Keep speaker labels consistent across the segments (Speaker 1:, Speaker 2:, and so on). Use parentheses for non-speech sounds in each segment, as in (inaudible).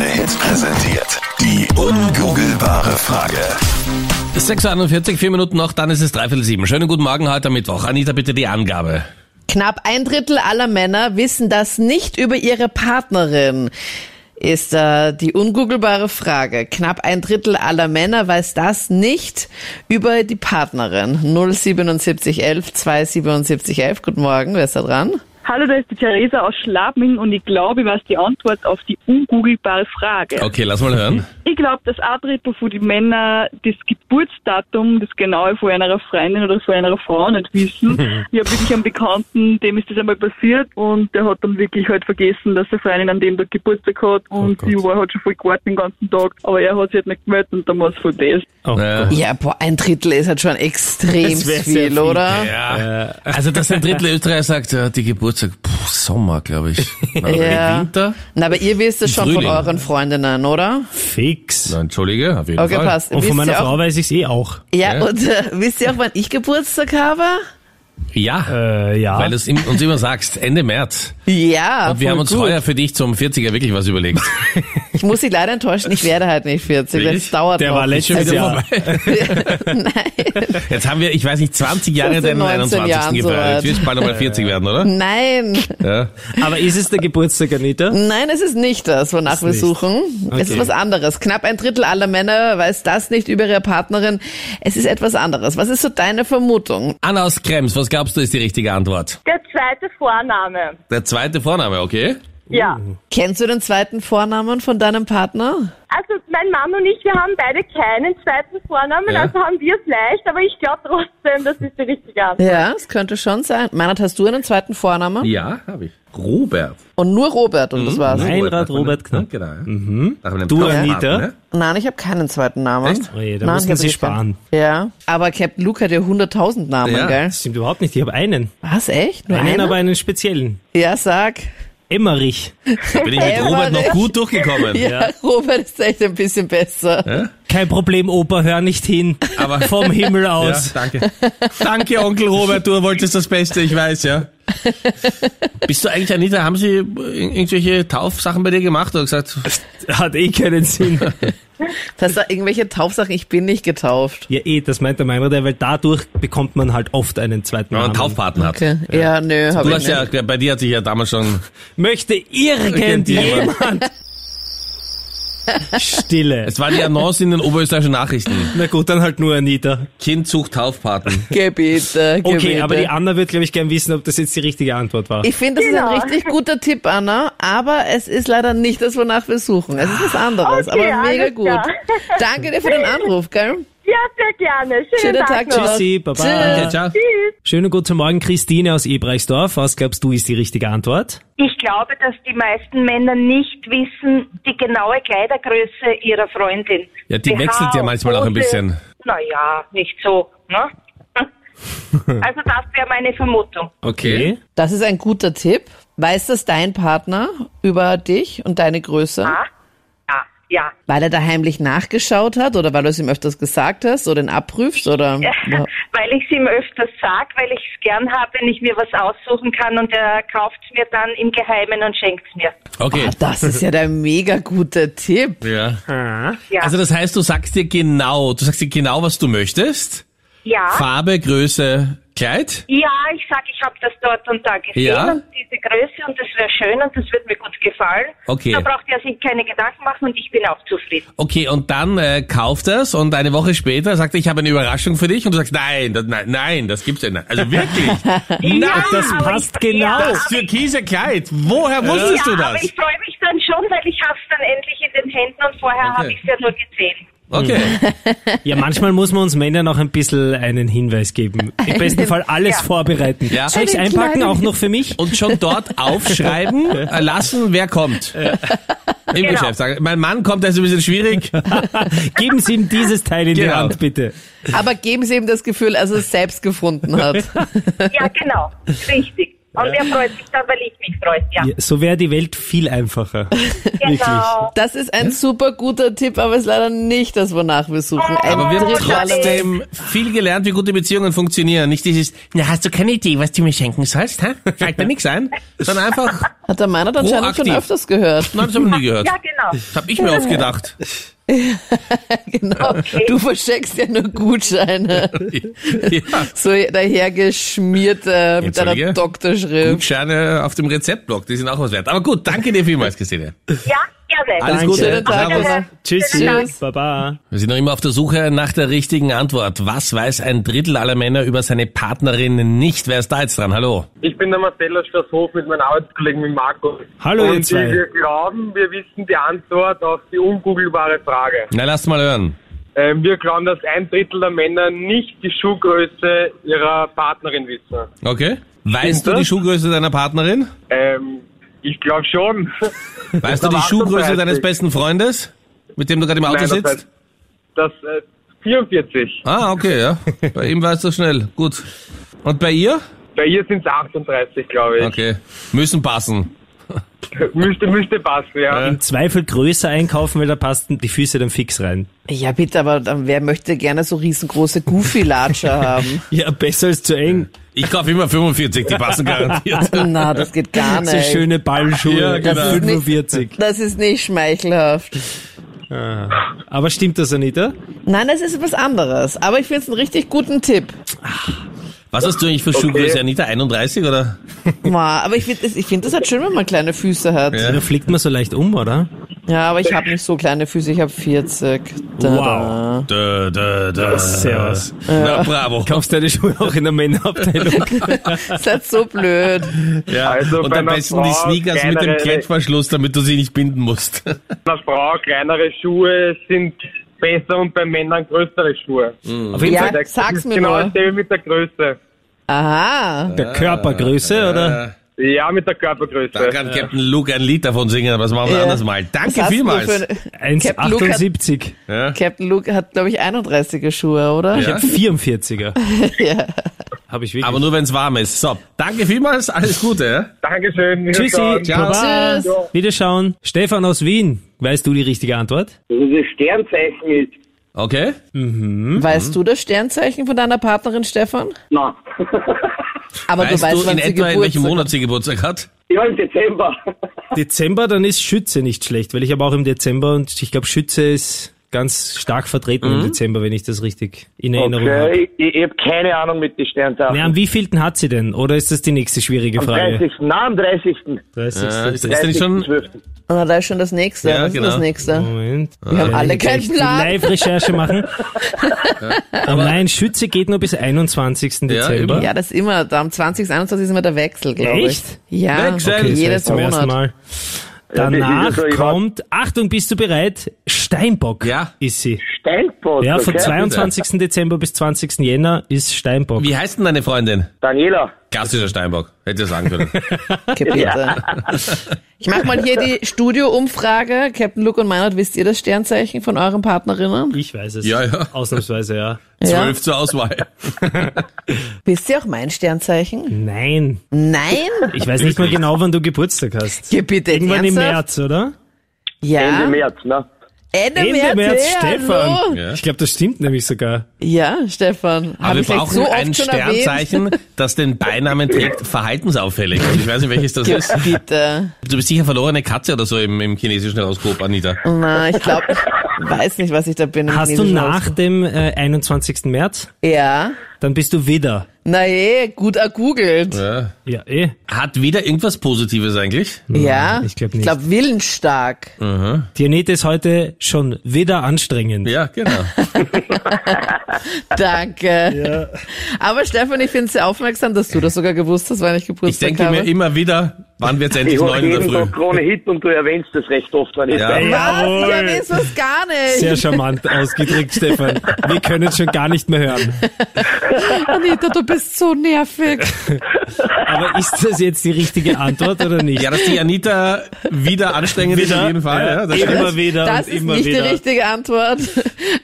Speaker 1: Hits präsentiert. Die ungoogelbare Frage.
Speaker 2: 6.41, vier Minuten noch, dann ist es dreiviertel sieben. Schönen guten Morgen heute am Mittwoch. Anita, bitte die Angabe.
Speaker 3: Knapp ein Drittel aller Männer wissen das nicht über ihre Partnerin. Ist äh, die ungoogelbare Frage. Knapp ein Drittel aller Männer weiß das nicht über die Partnerin. 07711 27711. Guten Morgen, wer ist da dran?
Speaker 4: Hallo, da ist die Theresa aus Schlabming und ich glaube, ich weiß die Antwort auf die ungoogelbare Frage.
Speaker 2: Okay, lass mal
Speaker 3: (laughs)
Speaker 2: hören.
Speaker 4: Ich glaube, dass ein Drittel von den Männern das Geburtsdatum, das genaue von einer Freundin oder von einer Frau nicht wissen. ich habe wirklich einen Bekannten, dem ist das einmal passiert und der hat dann wirklich halt vergessen, dass seine Freundin an dem Tag Geburtstag hat und
Speaker 5: Gott.
Speaker 4: die war halt schon voll gewartet den ganzen Tag, aber er hat sich halt nicht gemeldet und dann war es voll das.
Speaker 5: Oh
Speaker 2: Ja.
Speaker 5: Gott.
Speaker 3: Ja, boah, ein Drittel ist halt schon extrem
Speaker 5: Das wär
Speaker 3: viel,
Speaker 5: sehr viel,
Speaker 3: oder?
Speaker 5: Äh,
Speaker 2: Ja. Also, dass ein Drittel Österreicher sagt, ja, die Geburtstag, puh, Sommer, glaube
Speaker 3: (laughs)
Speaker 2: ich. Na, oder Winter?
Speaker 3: Na, aber ihr wisst es schon
Speaker 2: Frühling.
Speaker 3: von euren Freundinnen, oder?
Speaker 5: Fix.
Speaker 2: Na, Entschuldige, auf jeden
Speaker 3: Okay,
Speaker 2: Fall.
Speaker 3: passt.
Speaker 5: Und
Speaker 3: wisst
Speaker 5: von meiner
Speaker 3: ihr auch,
Speaker 5: Frau weiß ich es eh auch.
Speaker 3: Ja,
Speaker 2: Ja.
Speaker 3: und äh, wisst ihr auch, wann ich Geburtstag habe?
Speaker 2: Ja,
Speaker 5: Äh, ja.
Speaker 2: weil du es im- uns immer sagst, Ende März.
Speaker 3: Ja,
Speaker 2: Und wir
Speaker 3: voll
Speaker 2: haben uns
Speaker 3: gut.
Speaker 2: heuer für dich zum 40er wirklich was
Speaker 3: (laughs)
Speaker 2: überlegt.
Speaker 3: Ich muss dich leider enttäuschen, ich werde halt nicht 40.
Speaker 2: Wirklich?
Speaker 3: Das dauert
Speaker 5: Der
Speaker 3: noch.
Speaker 5: war letztes Jahr.
Speaker 3: (laughs)
Speaker 2: Jetzt haben wir, ich weiß nicht, 20 Jahre
Speaker 3: Das
Speaker 2: deinen
Speaker 3: sind 19
Speaker 2: 21.
Speaker 3: Jahren
Speaker 2: gefeiert.
Speaker 3: soweit.
Speaker 2: Du wirst bald einmal 40 werden,
Speaker 3: (laughs)
Speaker 2: oder?
Speaker 3: Nein,
Speaker 2: Ja.
Speaker 5: Aber ist es der Geburtstag, Anita?
Speaker 3: nein, es ist nicht das, wonach wir
Speaker 5: nicht.
Speaker 3: suchen. Es ist
Speaker 5: Okay.
Speaker 3: was anderes. Knapp ein Drittel aller Männer weiß das nicht über ihre Partnerin. Es ist etwas anderes. Was ist so deine Vermutung?
Speaker 2: Anna aus Krems, was glaubst du ist die richtige Antwort?
Speaker 6: Der zweite Vorname.
Speaker 2: Der zweite Vorname, okay?
Speaker 6: Ja.
Speaker 2: Mhm.
Speaker 3: Kennst du den zweiten Vornamen von deinem Partner?
Speaker 6: Also mein Mann und ich, wir haben beide keinen zweiten Vornamen,
Speaker 2: Ja.
Speaker 6: also haben wir vielleicht, aber ich glaube trotzdem, das ist die richtige Antwort.
Speaker 3: Ja, es könnte schon sein. Meinert, hast du einen zweiten Vornamen?
Speaker 2: Ja, habe ich. Robert.
Speaker 3: Und nur Robert und das war's.
Speaker 5: Mhm. Nein. Einrad Robert Knapp.
Speaker 2: Genau. ja. Nach einem
Speaker 5: Du,
Speaker 2: Kopfband,
Speaker 5: Anita?
Speaker 2: ne?
Speaker 3: Nein, ich habe keinen zweiten Namen.
Speaker 2: Echt?
Speaker 5: Oje, da
Speaker 3: Nein, ich
Speaker 5: mussten
Speaker 3: hab
Speaker 5: sie
Speaker 3: wirklich keinen.
Speaker 5: sparen.
Speaker 3: Ja, aber Captain Luke hat ja 100.000 Namen,
Speaker 2: Ja.
Speaker 3: gell?
Speaker 5: Das stimmt überhaupt nicht. Ich habe einen.
Speaker 3: Was, echt? Nur
Speaker 5: Einen,
Speaker 3: einen?
Speaker 5: aber einen speziellen.
Speaker 3: Ja, sag.
Speaker 5: Emmerich.
Speaker 2: Da bin ich mit Robert noch gut (laughs) durchgekommen.
Speaker 3: Ja, (laughs) Robert ist echt ein bisschen besser.
Speaker 5: Kein Problem, Opa, hör nicht hin.
Speaker 2: Aber-
Speaker 5: vom Himmel aus.
Speaker 2: danke. danke, Onkel Robert, du wolltest das Beste, ich weiß, ja. Bist du eigentlich, Anita, haben sie irgendwelche Taufsachen bei dir gemacht oder gesagt,
Speaker 5: Hat eh keinen Sinn.
Speaker 3: Das war irgendwelche Taufsachen, ich bin nicht getauft.
Speaker 5: Ja, eh, das meint der Meinrad, weil dadurch bekommt man halt oft einen zweiten
Speaker 2: wenn man einen
Speaker 5: Namen.
Speaker 2: Taufpaten hat?
Speaker 3: Okay. Ja, nö, hab
Speaker 2: Du
Speaker 3: ich
Speaker 2: hast
Speaker 3: nicht.
Speaker 2: ja, bei dir hat sich ja damals schon
Speaker 5: Möchte
Speaker 3: (laughs)
Speaker 5: irgendjemand... Stille.
Speaker 2: Es war die Annonce in den Oberösterreichischen Nachrichten.
Speaker 5: Na gut, dann halt nur Anita.
Speaker 2: Kind sucht Taufpaten.
Speaker 3: Gebete, Gebete.
Speaker 5: Okay, aber die Anna wird, glaube ich, gern wissen, ob das jetzt die richtige Antwort war.
Speaker 3: ich finde, das
Speaker 6: Genau.
Speaker 3: ist ein richtig guter Tipp, Anna, aber es ist leider nicht das, wonach wir suchen. Es ist was anderes,
Speaker 6: Okay,
Speaker 3: aber mega
Speaker 6: alles
Speaker 3: gut.
Speaker 6: klar.
Speaker 3: Danke dir für den Anruf, gell?
Speaker 6: Ja, sehr gerne. Schönen,
Speaker 3: Schönen Tag
Speaker 6: noch.
Speaker 3: noch.
Speaker 5: Tschüssi,
Speaker 2: Okay,
Speaker 5: baba.
Speaker 2: ciao.
Speaker 6: Tschüss.
Speaker 5: Schönen guten Morgen, Christine aus Ebreichsdorf. Was glaubst du, ist die richtige Antwort?
Speaker 7: Ich glaube, dass die meisten Männer nicht wissen, die genaue Kleidergröße ihrer Freundin.
Speaker 2: Ja, die wechselt ja manchmal auch ein bisschen.
Speaker 7: Naja, nicht so.
Speaker 2: (laughs)
Speaker 7: Ne? Also das wäre meine Vermutung.
Speaker 2: Okay.
Speaker 3: Das ist ein guter Tipp. Weiß das dein Partner über dich und deine Größe?
Speaker 6: Ah.
Speaker 7: Ja, ja, ja.
Speaker 3: Weil er da heimlich nachgeschaut hat oder weil du es ihm öfters gesagt hast oder ihn abprüfst oder ja.
Speaker 7: Weil ich es ihm öfters sage, weil ich es gern habe, wenn ich mir was aussuchen kann und er kauft es mir dann im Geheimen und schenkt es mir.
Speaker 2: Okay.
Speaker 3: Ah, das ist ja der mega gute Tipp.
Speaker 2: Ja.
Speaker 7: Ja,
Speaker 2: Also das heißt, du sagst dir genau, du sagst dir genau, was du möchtest.
Speaker 7: ja.
Speaker 2: Farbe, Größe, Kleid.
Speaker 7: Ja, ich sag, ich habe das dort und da gesehen
Speaker 2: Ja.
Speaker 7: und diese Größe und das wäre schön und das wird mir gut gefallen.
Speaker 2: Okay.
Speaker 7: Da braucht er sich keine Gedanken machen und ich bin auch zufrieden.
Speaker 2: Okay, und dann äh, kauft er's und eine Woche später sagt er, ich habe eine Überraschung für dich und du sagst, nein, das, nein, nein, das gibt's ja nicht. Also
Speaker 7: (laughs)
Speaker 2: wirklich. nein,
Speaker 5: das
Speaker 7: aber
Speaker 5: passt
Speaker 7: ich-
Speaker 5: genau.
Speaker 7: Ja,
Speaker 2: das türkise Kleid. Woher wusstest du
Speaker 7: ja,
Speaker 2: das?
Speaker 7: aber ich freue mich dann schon, weil ich habe es dann endlich in den Händen und vorher
Speaker 2: Okay.
Speaker 7: habe ich es ja nur gesehen.
Speaker 2: Okay.
Speaker 7: (laughs)
Speaker 5: Ja, manchmal muss man uns Männern auch ein bisschen einen Hinweis geben.
Speaker 3: (laughs)
Speaker 5: Im besten Fall alles vorbereiten.
Speaker 2: Ja.
Speaker 5: Soll ich es
Speaker 3: Einen
Speaker 5: einpacken,
Speaker 3: kleinen-
Speaker 5: auch noch für mich?
Speaker 2: und schon dort aufschreiben äh, lassen, wer kommt. Im
Speaker 7: Genau.
Speaker 2: Geschäft sagen. Mein Mann kommt, das ist ein bisschen schwierig.
Speaker 5: Geben Sie ihm dieses Teil in die
Speaker 2: Genau.
Speaker 5: Hand, bitte.
Speaker 3: Aber geben Sie ihm das Gefühl, als er es selbst gefunden hat.
Speaker 7: Ja, genau. Richtig. Und er freut sich dann, weil ich mich freut, ja.
Speaker 5: Ja, so wäre die Welt
Speaker 3: (laughs)
Speaker 5: viel einfacher.
Speaker 7: Genau.
Speaker 3: Das ist ein super guter Tipp, aber ist leider nicht das, wonach wir suchen. Ein
Speaker 2: Aber wir haben
Speaker 3: Drittel aller Männer.
Speaker 2: trotzdem viel gelernt, wie gute Beziehungen funktionieren. Nicht dieses, na, hast du keine Idee, was du mir schenken sollst, hä? Fällt dir nichts ein, sondern einfach,
Speaker 3: Hat der meiner anscheinend schon
Speaker 2: Proaktiv.
Speaker 3: öfters gehört. (laughs)
Speaker 2: nein, das haben wir nie gehört.
Speaker 7: Ja, genau.
Speaker 2: Das hab ich mir oft gedacht. (laughs)
Speaker 3: genau. Du versteckst ja nur Gutscheine.
Speaker 2: Ja.
Speaker 3: So dahergeschmiert äh, mit
Speaker 2: Entschuldige?
Speaker 3: einer Doktorschrift.
Speaker 2: Gutscheine auf dem Rezeptblock, die sind auch was wert. Aber gut, danke dir vielmals, Christine.
Speaker 7: Ja, gerne.
Speaker 2: Alles
Speaker 5: Danke.
Speaker 2: Gute.
Speaker 3: Schönen Tag.
Speaker 2: Servus.
Speaker 3: Rosa.
Speaker 5: Tschüssi.
Speaker 3: Tschüss.
Speaker 5: Baba.
Speaker 2: Wir sind noch immer auf der Suche nach der richtigen Antwort. Was weiß ein Drittel aller Männer über seine Partnerin nicht? Wer ist da jetzt dran? Hallo.
Speaker 8: Ich bin der Marcel aus Strasshof mit meinem Arbeitskollegen mit Marco.
Speaker 5: Hallo, ihr
Speaker 8: Und
Speaker 5: zwei.
Speaker 8: Wir glauben, wir wissen die Antwort auf die ungoogelbare Frage.
Speaker 2: Na, lasst mal hören.
Speaker 8: Ähm, wir glauben, dass ein Drittel der Männer nicht die Schuhgröße ihrer Partnerin wissen.
Speaker 2: Okay. Weißt
Speaker 8: Stimmt
Speaker 2: du die
Speaker 8: das?
Speaker 2: Schuhgröße deiner Partnerin?
Speaker 8: Ähm, ich glaube schon.
Speaker 2: Weißt du die
Speaker 8: Aber
Speaker 2: Schuhgröße
Speaker 8: 38.
Speaker 2: deines besten Freundes, mit dem du gerade im Auto
Speaker 8: Nein, das
Speaker 2: sitzt?
Speaker 8: heißt, das äh, 44.
Speaker 2: Ah, okay, ja. Bei ihm war es so schnell. Gut. Und bei ihr?
Speaker 8: Bei ihr sind es 38, glaube ich.
Speaker 2: Okay. Müssen passen.
Speaker 8: Müsste, müsste passen, ja.
Speaker 5: Im Zweifel größer einkaufen, weil da passen die Füße dann fix rein.
Speaker 3: Ja, bitte, aber dann, wer möchte gerne so
Speaker 2: (laughs)
Speaker 3: riesengroße Goofy-Latscher haben?
Speaker 5: Ja, besser als zu eng.
Speaker 2: Ich kaufe immer 45, die passen garantiert.
Speaker 3: Na, das geht gar
Speaker 5: So
Speaker 3: nicht.
Speaker 5: schöne Ballschuhe,
Speaker 2: Ja, genau.
Speaker 5: das 45.
Speaker 3: Das ist nicht schmeichelhaft.
Speaker 5: Ah. Aber stimmt das, Anita?
Speaker 3: Nein, das ist was anderes. Aber ich finde es einen richtig guten Tipp.
Speaker 2: (laughs) Was hast du eigentlich für Schuhgröße, Anita? 31 oder?
Speaker 3: Ma, aber ich finde das, ich find das halt schön, wenn man kleine Füße hat.
Speaker 2: Ja.
Speaker 5: Da fliegt man so leicht um, oder?
Speaker 3: Ja, aber ich habe nicht so kleine Füße, ich habe 40. Da, wow.
Speaker 2: Dö, dö, dö.
Speaker 5: Servus.
Speaker 2: Na, bravo.
Speaker 5: Kaufst deine Schuhe auch in
Speaker 3: (laughs)
Speaker 5: der Männerabteilung?
Speaker 3: Da. Seid halt so blöd.
Speaker 2: Ja.
Speaker 8: Also
Speaker 2: Und
Speaker 8: bei
Speaker 2: am
Speaker 8: einer
Speaker 2: besten die
Speaker 8: Frau
Speaker 2: Sneakers mit dem
Speaker 8: kleinere-
Speaker 2: Klettverschluss, damit du sie nicht binden musst. (laughs)
Speaker 8: Bei einer Frau kleinere Schuhe sind besser und bei Männern größere Schuhe.
Speaker 5: Auf jeden
Speaker 3: Ja,
Speaker 5: Fall
Speaker 8: Das
Speaker 3: sag's
Speaker 8: ist
Speaker 3: mir
Speaker 8: genau
Speaker 3: nur.
Speaker 8: dasselbe mit der Größe.
Speaker 3: Aha.
Speaker 5: der Körpergröße, oder?
Speaker 8: Ja, mit der Körpergröße.
Speaker 2: Da kann Captain Luke ein Lied davon singen, aber das machen wir
Speaker 3: Ja.
Speaker 2: anders mal.
Speaker 3: Was
Speaker 2: Danke
Speaker 3: hast du
Speaker 2: vielmals.
Speaker 3: für ein-
Speaker 5: 1,78.
Speaker 2: ja.
Speaker 3: Captain Luke hat, glaube ich, 31er Schuhe, oder?
Speaker 5: Ich
Speaker 2: Ja.
Speaker 5: hab 44er.
Speaker 3: (laughs) Ja.
Speaker 5: Habe ich wirklich.
Speaker 2: Aber nur wenn es warm ist. So, danke vielmals, alles Gute. Ja?
Speaker 8: Dankeschön.
Speaker 5: Tschüssi,
Speaker 8: Wiederschauen.
Speaker 5: Baba.
Speaker 3: Tschüss.
Speaker 2: Hm?
Speaker 5: Wiederschauen. Stefan aus Wien, weißt du die richtige Antwort?
Speaker 9: Also das Sternzeichen ist,
Speaker 2: (laughs) Okay. Hm?
Speaker 3: Weißt du das Sternzeichen von deiner Partnerin, Stefan?
Speaker 9: na,
Speaker 3: Aber
Speaker 2: weißt
Speaker 3: du weißt,
Speaker 2: du in
Speaker 3: wann sie
Speaker 2: etwa, in
Speaker 3: Geburtstag
Speaker 2: welchem Monat sie Geburtstag hat?
Speaker 9: ja im Dezember.
Speaker 5: Dezember, dann ist Schütze nicht schlecht, weil ich aber auch im Dezember und ich glaube Schütze ist ganz stark vertreten
Speaker 3: Mhm.
Speaker 5: im Dezember, wenn ich das richtig in Erinnerung habe.
Speaker 8: Okay, ich, ich habe keine Ahnung mit den Sternzeichen.
Speaker 5: Nee, an wievielten hat sie denn? Oder ist das die nächste schwierige
Speaker 8: am
Speaker 5: Frage?
Speaker 8: 30. Nein, am 30.
Speaker 5: 30.
Speaker 2: Äh, ist, ist denn
Speaker 8: 30.
Speaker 2: schon
Speaker 3: Ah, da ist schon das nächste.
Speaker 2: Ja,
Speaker 3: das
Speaker 2: genau.
Speaker 3: ist das nächste.
Speaker 5: Moment.
Speaker 3: Wir haben alle keinen
Speaker 5: Gleich die
Speaker 3: Plan. (laughs)
Speaker 5: Live-Recherche machen. Oh nein, Schütze geht nur bis 21. Dezember.
Speaker 2: über-
Speaker 3: Ja, das ist immer, da am 20. 21 ist immer der Wechsel, glaube ich.
Speaker 5: Echt?
Speaker 3: Ja,
Speaker 2: Wechsel? Okay,
Speaker 5: das war
Speaker 3: jedes
Speaker 5: jetzt zum ersten
Speaker 3: Monat.
Speaker 5: Mal.
Speaker 9: Ja,
Speaker 5: Danach
Speaker 9: das ist ja so, ich
Speaker 5: kommt, Achtung, bist du bereit? Steinbock
Speaker 2: Ja.
Speaker 5: ist sie.
Speaker 9: Steinpost,
Speaker 5: Ja, von
Speaker 9: okay?
Speaker 5: 22. Dezember bis 20. Jänner ist Steinbock.
Speaker 2: Wie heißt denn deine Freundin?
Speaker 9: Daniela,
Speaker 2: Klassischer Steinbock. Hätte ich sagen (laughs) können.
Speaker 3: Okay, bitte. Ich mache mal hier die Studio-Umfrage. Captain Luke und Meinert, wisst ihr das Sternzeichen von euren Partnerinnen?
Speaker 5: Ich weiß es.
Speaker 2: Ja, ja.
Speaker 5: Ausnahmsweise, ja.
Speaker 2: Zwölf zur Auswahl.
Speaker 3: Wisst ihr auch mein Sternzeichen?
Speaker 5: Nein.
Speaker 3: Nein?
Speaker 5: Ich weiß nicht mal genau, wann du Geburtstag hast.
Speaker 3: Geh bitte
Speaker 5: Irgendwann im
Speaker 3: ernsthaft?
Speaker 5: März, oder?
Speaker 3: Ja.
Speaker 9: Ende März, ne?
Speaker 3: Ende,
Speaker 5: Ende
Speaker 3: März,
Speaker 5: März,
Speaker 3: ja,
Speaker 5: Stefan.
Speaker 3: hallo.
Speaker 2: Ja.
Speaker 5: Ich glaube, das stimmt nämlich sogar.
Speaker 3: Ja, Stefan.
Speaker 2: Aber
Speaker 3: Habe
Speaker 2: wir
Speaker 3: ich vielleicht
Speaker 2: brauchen
Speaker 3: so
Speaker 2: ein
Speaker 3: oft schon erwähnt.
Speaker 2: Sternzeichen, das den Beinamen trägt, verhaltensauffällig. Und Ich weiß nicht, welches das ist.
Speaker 3: Bitte.
Speaker 2: Du bist sicher verlorene Katze oder so im, im chinesischen Horoskop, Anita.
Speaker 3: Na, ich glaube, ich weiß nicht, was ich da bin. im
Speaker 5: Hast du
Speaker 3: chinesischen
Speaker 5: nach
Speaker 3: Haus.
Speaker 5: dem äh, 21. März,
Speaker 3: Ja.
Speaker 5: dann bist du wieder.
Speaker 3: Na eh, gut ergoogelt.
Speaker 2: Ja.
Speaker 5: Ja, eh.
Speaker 2: Hat wieder irgendwas Positives eigentlich?
Speaker 3: Ja.
Speaker 5: ich glaub nicht.
Speaker 3: Ich glaube, willensstark.
Speaker 5: Die Anette ist heute schon wieder anstrengend.
Speaker 2: Ja, genau.
Speaker 3: Danke. Aber Stefan, ich finde es sehr aufmerksam, dass du das sogar gewusst hast, weil ich
Speaker 2: Ich
Speaker 3: Geburtstag
Speaker 2: denke
Speaker 3: habe.
Speaker 2: mir immer wieder, wann wird's endlich
Speaker 9: Ich hab
Speaker 2: neun in der
Speaker 9: jeden
Speaker 2: Früh?
Speaker 9: Tag Krone Hit und du erwähnst das recht oft, wenn ich
Speaker 2: Ja.
Speaker 3: was?
Speaker 9: bei-
Speaker 5: Jawohl.
Speaker 3: Ich erwähne das gar nicht.
Speaker 5: Sehr charmant ausgedrückt, Stefan. Wir können schon gar nicht mehr hören.
Speaker 3: Anita, du bist so nervig.
Speaker 5: Aber ist das jetzt die richtige Antwort oder nicht?
Speaker 2: Ja, dass die Anita wieder anstrengend ist, auf jeden Fall. (laughs) Ja, das stimmt.
Speaker 5: immer wieder
Speaker 3: Das
Speaker 5: und
Speaker 3: ist
Speaker 5: immer
Speaker 3: nicht
Speaker 5: wieder.
Speaker 3: die richtige Antwort.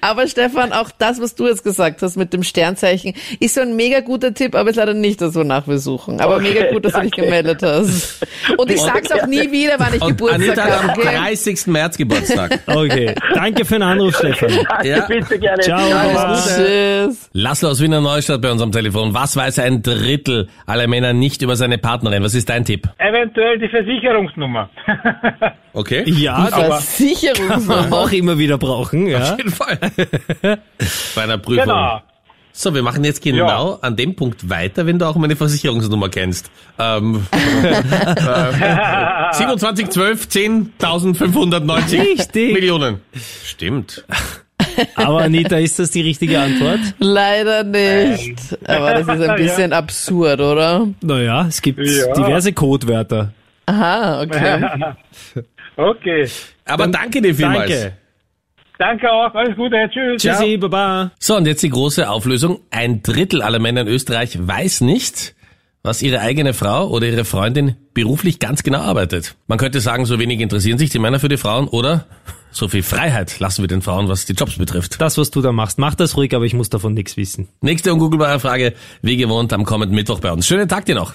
Speaker 3: Aber Stefan, auch das, was du jetzt gesagt hast mit dem Sternzeichen, ist so ein mega guter Tipp, aber ist leider nicht das, wonach wir suchen. Aber mega gut, dass du dich
Speaker 9: danke.
Speaker 3: gemeldet hast. Und ich sag's auch nie wieder, wann ich
Speaker 2: Und
Speaker 3: Geburtstag
Speaker 2: Anita hat am
Speaker 3: habe. Okay?
Speaker 2: 30. März Geburtstag.
Speaker 5: Okay, danke für den Anruf, Stefan.
Speaker 9: Danke,
Speaker 2: Ja.
Speaker 9: bitte gerne.
Speaker 5: Ciao.
Speaker 2: Alles Gute.
Speaker 3: Tschüss.
Speaker 2: Lassel aus Wiener Neustadt bei uns am Telefon. Was weiß ein Drittel aller Männer nicht über seine Partnerin? Was ist dein Tipp?
Speaker 8: Eventuell die Versicherungsnummer. (laughs)
Speaker 2: Okay.
Speaker 5: Ja, aber auch
Speaker 3: Versicherungsnummer.
Speaker 5: immer wieder brauchen, ja.
Speaker 2: jeden Fall. (laughs) Bei einer Prüfung.
Speaker 8: genau.
Speaker 2: So, wir machen jetzt genau an dem Punkt weiter, wenn du auch meine Versicherungsnummer kennst. Ähm, (laughs) äh, 2712 10.590
Speaker 5: Richtig.
Speaker 2: Millionen. Stimmt.
Speaker 5: Aber Anita, ist das die richtige Antwort?
Speaker 3: Leider nicht. Aber das ist ein bisschen absurd, oder?
Speaker 5: Naja, es gibt
Speaker 8: Ja.
Speaker 5: diverse Codewörter.
Speaker 3: Aha, okay.
Speaker 8: Okay.
Speaker 2: Aber danke dir vielmals.
Speaker 5: Danke.
Speaker 8: Danke auch. Alles Gute. Tschüss.
Speaker 5: Tschüssi, baba.
Speaker 2: So, und jetzt die große Auflösung. Ein Drittel aller Männer in Österreich weiß nicht, was ihre eigene Frau oder ihre Freundin beruflich ganz genau arbeitet. Man könnte sagen, so wenig interessieren sich die Männer für die Frauen oder so viel Freiheit lassen wir den Frauen, was die Jobs betrifft.
Speaker 5: Das, was du da machst, mach das ruhig, aber ich muss davon nichts wissen.
Speaker 2: Nächste ungoogelbare Frage, wie gewohnt, am kommenden Mittwoch bei uns. Schönen Tag dir noch.